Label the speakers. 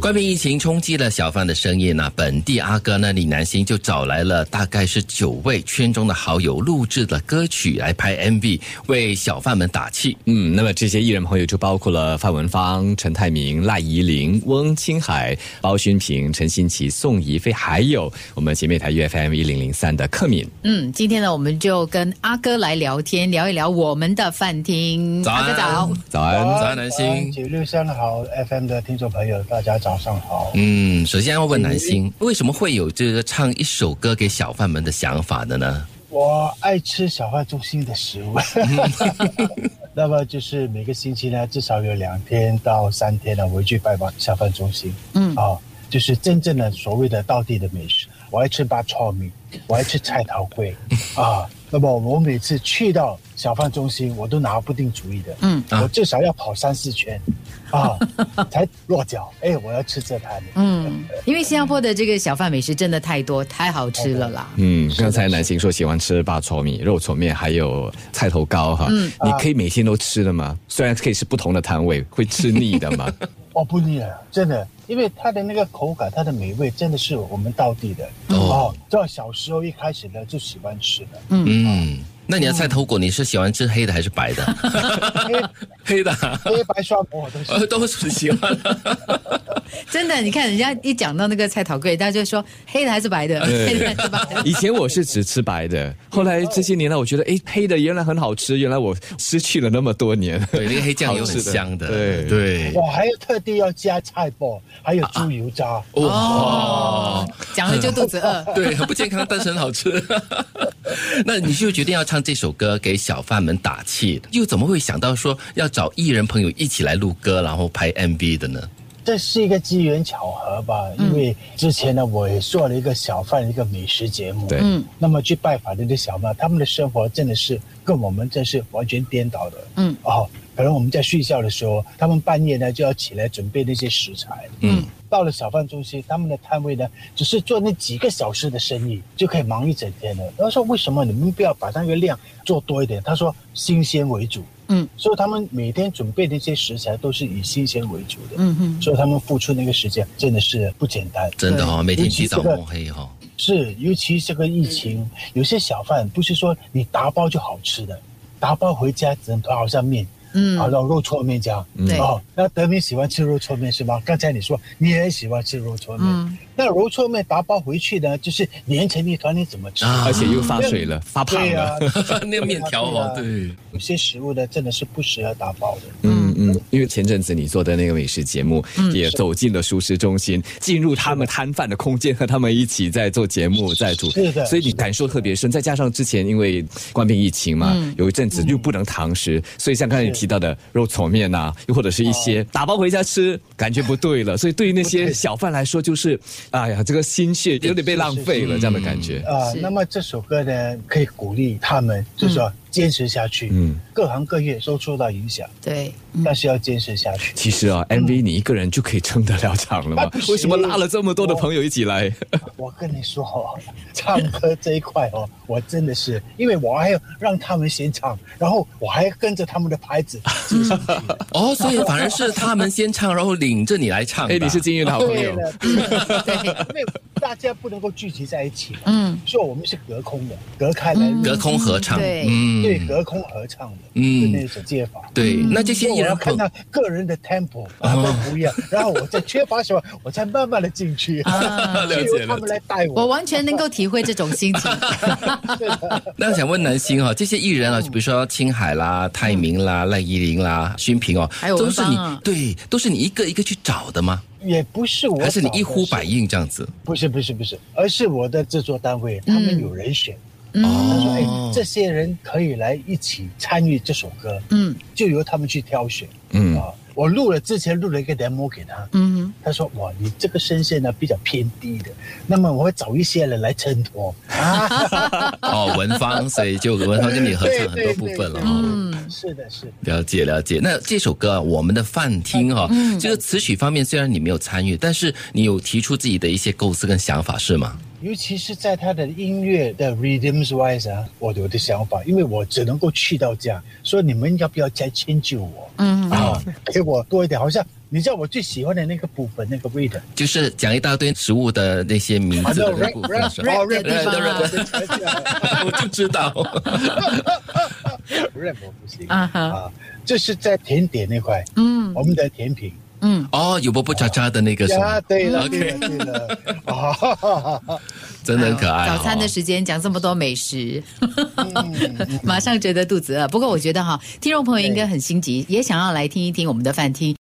Speaker 1: 关闭疫情冲击了小贩的生意呢，本地阿哥呢李南星就找来了大概是九位圈中的好友录制的歌曲来拍 MV，为小贩们打气。
Speaker 2: 嗯，那么这些艺人朋友就包括了范文芳、陈泰明、赖怡玲、翁清海、包勋平、陈新奇、宋怡菲，还有我们姐妹台 U FM 一零零三的克敏。
Speaker 3: 嗯，今天呢，我们就跟阿哥来聊天，聊一聊我们的饭厅。
Speaker 1: 嗯早安
Speaker 3: 阿哥早，
Speaker 2: 早安。
Speaker 1: 早安南星
Speaker 4: 九六三好 FM 的听众朋友，大家早上好。
Speaker 1: 嗯，首先要问南星，为什么会有这个唱一首歌给小贩们的想法的呢？
Speaker 4: 我爱吃小贩中心的 食物，那么就是每个星期呢，至少有两天到三天呢，我会去拜访小贩中心。
Speaker 3: 嗯
Speaker 4: 啊，就是真正的所谓的道地的美食。我爱吃八 炒米，我爱吃菜头粿啊。那么我每次去到小贩中心，我都拿不定主意的。
Speaker 3: 嗯
Speaker 1: 啊
Speaker 4: 我至少要跑三四圈， 啊，才落脚。哎，我要吃这摊。
Speaker 3: 嗯，因为新加坡的这个小贩美食真的太多，太好吃了
Speaker 1: 哦
Speaker 3: 啦。
Speaker 2: 嗯，
Speaker 4: 是的
Speaker 2: 刚才南星说喜欢吃八炒米、肉炒面，还有菜头糕哈。
Speaker 3: 嗯
Speaker 2: 你可以每天都吃的吗？虽然可以是不同的摊位，会吃腻的吗？
Speaker 4: 哦，不腻了，真的，因为它的那个口感，它的美味真的是我们道地的
Speaker 1: 哦
Speaker 4: 哦。这、小时候一开始呢就喜欢吃的，
Speaker 1: 嗯，那你的菜头果你是喜欢吃黑的还是白的？ 黑的 啊，
Speaker 4: 黑白双模我都是。
Speaker 1: 呃，都是喜欢。
Speaker 3: 真的，你看人家一讲到那个菜头粿，大家就说黑的还是白 的，黑的还是白的。
Speaker 2: 以前我是只吃白的，后来这些年来，我觉得哎，黑的原来很好吃，原来我失去了那么多年。
Speaker 1: 对，那个黑酱油很香的。
Speaker 2: 好吃的对
Speaker 1: 对，
Speaker 4: 我还要特地要加菜包，还有猪油渣。
Speaker 3: 哦， 讲了就肚子饿。
Speaker 1: 对，很不健康，但是很好吃。 那你就决定要唱这首歌给小贩们打气，又怎么会想到说要找艺人朋友一起来录歌，然后拍 MV 的呢？
Speaker 4: 这是一个机缘巧合吧，因为之前呢，我也做了一个小贩的一个美食节目，
Speaker 2: 对
Speaker 3: 嗯
Speaker 4: 那么去拜访那些小贩，他们的生活真的是跟我们真是完全颠倒的，
Speaker 3: 嗯，
Speaker 4: 哦，可能我们在睡觉的时候，他们半夜呢就要起来准备那些食材，嗯，到了小贩中心，他们的摊位呢，只是做那几个小时的生意就可以忙一整天了。然后说为什么你们不要把那个量做多一点？他说新鲜为主，
Speaker 3: 嗯，
Speaker 4: 所以他们每天准备的一些食材都是以新鲜为主的，
Speaker 3: 嗯哼，
Speaker 4: 所以他们付出那个时间真的是不简单。
Speaker 1: 真的哦，每天起早
Speaker 4: 尤其这个
Speaker 1: 摸黑哦。
Speaker 4: 是，尤其这个疫情，有些小贩不是说你打包就好吃的，打包回家只能好像面，
Speaker 3: 嗯
Speaker 4: 好像肉搓面这样。
Speaker 3: 对
Speaker 4: 哦，那德明喜欢吃肉搓面是吗？刚才你说你也喜欢吃肉搓面，
Speaker 3: 嗯
Speaker 4: 那肉搓面打包回去呢，就是连成一团，你怎么吃？
Speaker 1: 啊
Speaker 2: 而且又发水了，发胖
Speaker 4: 对
Speaker 2: 了。
Speaker 4: 呀、
Speaker 1: 那个面条哦，
Speaker 4: 对啊
Speaker 1: 对，
Speaker 4: 有些食物呢，真的是不适合打包的。
Speaker 2: 嗯嗯，因为前阵子你做的那个美食节目，
Speaker 4: 嗯
Speaker 2: 也走进了熟食中心，进入他们摊贩的空间，和他们一起在做节目，在煮，
Speaker 4: 是的
Speaker 2: 所以你感受特别深。再加上之前因为冠病疫情嘛，
Speaker 4: 嗯
Speaker 2: 有一阵子又不能堂食，所以像刚才你提到的肉炒面呐、又或者是一些、
Speaker 4: 哦
Speaker 2: 打包回家吃，感觉不对了。所以对于那些小贩来说，就是哎呀，这个心血有点被浪费了这样的感觉。
Speaker 4: 啊、
Speaker 3: 是嗯
Speaker 4: 那么这首歌呢，可以鼓励他们，就是说坚持下去。
Speaker 2: 嗯，
Speaker 4: 各行各业都受到影响，
Speaker 3: 对，嗯
Speaker 4: 但是要坚持下去。
Speaker 2: 其实啊，MV 你一个人就可以撑得了场了嘛
Speaker 4: 啊嗯不？行哦
Speaker 2: 为什么拉了这么多的朋友一起来？
Speaker 4: 我跟你说哦，唱歌这一块哦，我真的是，因为我还要让他们先唱，然后我还要跟着他们的拍子接上去。
Speaker 1: 哦，所以反而是他们先唱，然后领着你来唱的。
Speaker 2: 哎，你是金运的好朋
Speaker 4: 对
Speaker 2: 友。
Speaker 4: 了，对了因为大家不能够聚集在一起嘛，
Speaker 3: 嗯，
Speaker 4: 所以我们是隔空的，隔开来录，
Speaker 1: 隔空合唱，
Speaker 3: 对
Speaker 4: 对，
Speaker 1: 嗯，
Speaker 4: 隔空合唱的，
Speaker 1: 嗯
Speaker 4: 是那种接法。
Speaker 1: 对，那这些
Speaker 4: 因为
Speaker 1: 艺
Speaker 4: 我要
Speaker 1: 人
Speaker 4: 看
Speaker 1: 朋
Speaker 4: 他个人的 tempo 啊都不一样，然后我再缺乏什么，我再慢慢的进去，
Speaker 3: 啊
Speaker 4: 是由他们来带
Speaker 3: 我
Speaker 4: 我。
Speaker 3: 完全能够体会这种心 情。
Speaker 1: 那想问南星哈、这些艺人啊，比如说青海啦、泰明啦、赖依林啦、勋平哦，
Speaker 3: 嗯还有
Speaker 1: 都
Speaker 3: 文
Speaker 1: 是你
Speaker 3: 芳啊
Speaker 1: 对，都是你一个一个去找的吗？
Speaker 4: 也不是我，
Speaker 1: 还是你一呼百？应这样子？
Speaker 4: 不是不是不是，而是我的制作单位他们有人选，他说：“哎
Speaker 1: 哦，，
Speaker 4: 这些人可以来一起参与这首歌。”
Speaker 3: 嗯，
Speaker 4: 就由他们去挑选。
Speaker 2: 嗯
Speaker 4: 啊，我录了之前录了一个 demo 给他，
Speaker 3: 嗯
Speaker 4: 他说：“哇，你这个声线呢比较偏低的，那么我会找一些人来衬托。”
Speaker 1: 哦，文芳，所以就文芳跟你合唱很多部分了哦。
Speaker 4: 嗯，是的，是的。
Speaker 1: 了解了解，那这首歌啊，我们的饭厅哈、啊这个词曲方面虽然你没有参与，但是你有提出自己的一些构思跟想法是吗？
Speaker 4: 尤其是在他的音乐的 rhythms wise 啊，我有的想法，因为我只能够去到这样，所以你们要不要再迁就我？
Speaker 3: 嗯
Speaker 4: 啊，给我多一点，好像你知道我最喜欢的那个部分，那个 read
Speaker 1: 就是讲一大堆食物的那些名字的那部分是吧？
Speaker 4: 哦
Speaker 3: Red 的地方啊
Speaker 4: Red 的
Speaker 1: 我就知道，
Speaker 4: Red 我不行
Speaker 3: 啊哈
Speaker 4: 啊，就是在甜点那块，
Speaker 3: 嗯
Speaker 4: 我们的甜品。
Speaker 3: 嗯，
Speaker 1: 哦，有波波叉叉的那个是
Speaker 4: 呀，
Speaker 1: 吗？
Speaker 4: 对了，对
Speaker 1: OK，
Speaker 4: 了，对了，啊哈哈哈哈，
Speaker 1: 真的很可爱
Speaker 3: 哎
Speaker 1: 哦。
Speaker 3: 呦早餐的时间讲这么多美食， 马上觉得肚子饿。不过我觉得哈，听众朋友应该很心急，也想要来听一听我们的饭厅